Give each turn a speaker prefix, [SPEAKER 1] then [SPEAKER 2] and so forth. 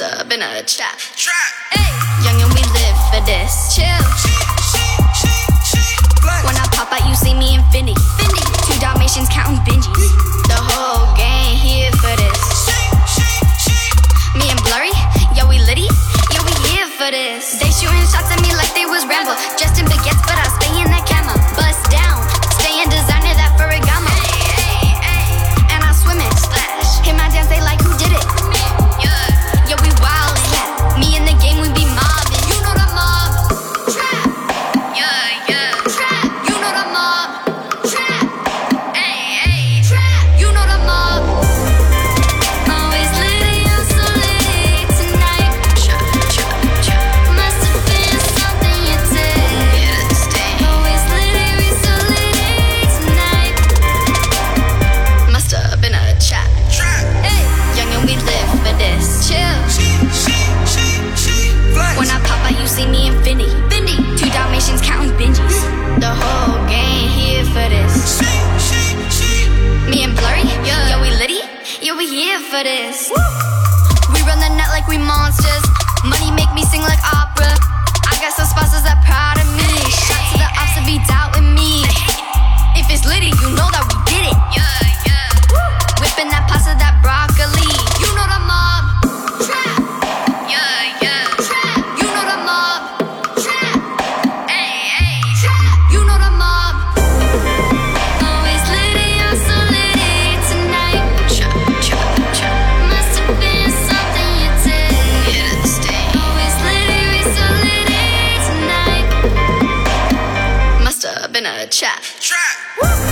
[SPEAKER 1] up in a trap. Hey, young and we live for this. Chill. When I pop out, you see me infinity. Two Dalmatians counting Benjis. The whole gang here for this. Me and Blurry, yo, we litty, yo, we here for this. They shooting shots at me like they was Rambo. Dressed in baguettes, but I stay in the camo. Bust down, stay in designer that Ferragamo. And I swim it, splash. Hit my dance, they like who did it? Yo, we wild, yeah. Me and the game, we be mobbing. You know the mob. Trap. Yeah, yeah. Trap. You know the mob. Trap. Ay, ay. Trap. You know the mob. Always late, I'm so late tonight. Must have been something you did. Always late, we so late tonight. Must have been a trap. Hey, young and we live for this. Chill. When I pop out, you see me and Finny. Finny. Two Dalmatians counting Benjis. The whole gang here for this. Me and Blurry. Yeah. Yo, we litty. Yo, we here for this. We run the net like we monsters. Money make me sing like opera. I got some sponsors that proud of me. Shout to the ops that be doubting me. If it's litty, you know that we did it. Yeah, yeah. Whipping that pasta, that broccoli. You know the mob. Trap. Yeah, yeah. Trap. You know the mob. Trap. Ay, ay. Trap. You know the mob. Always litty, I'm so litty tonight. Must have been something you did. Always litty, we so litty tonight. Must have been a trap. Woo!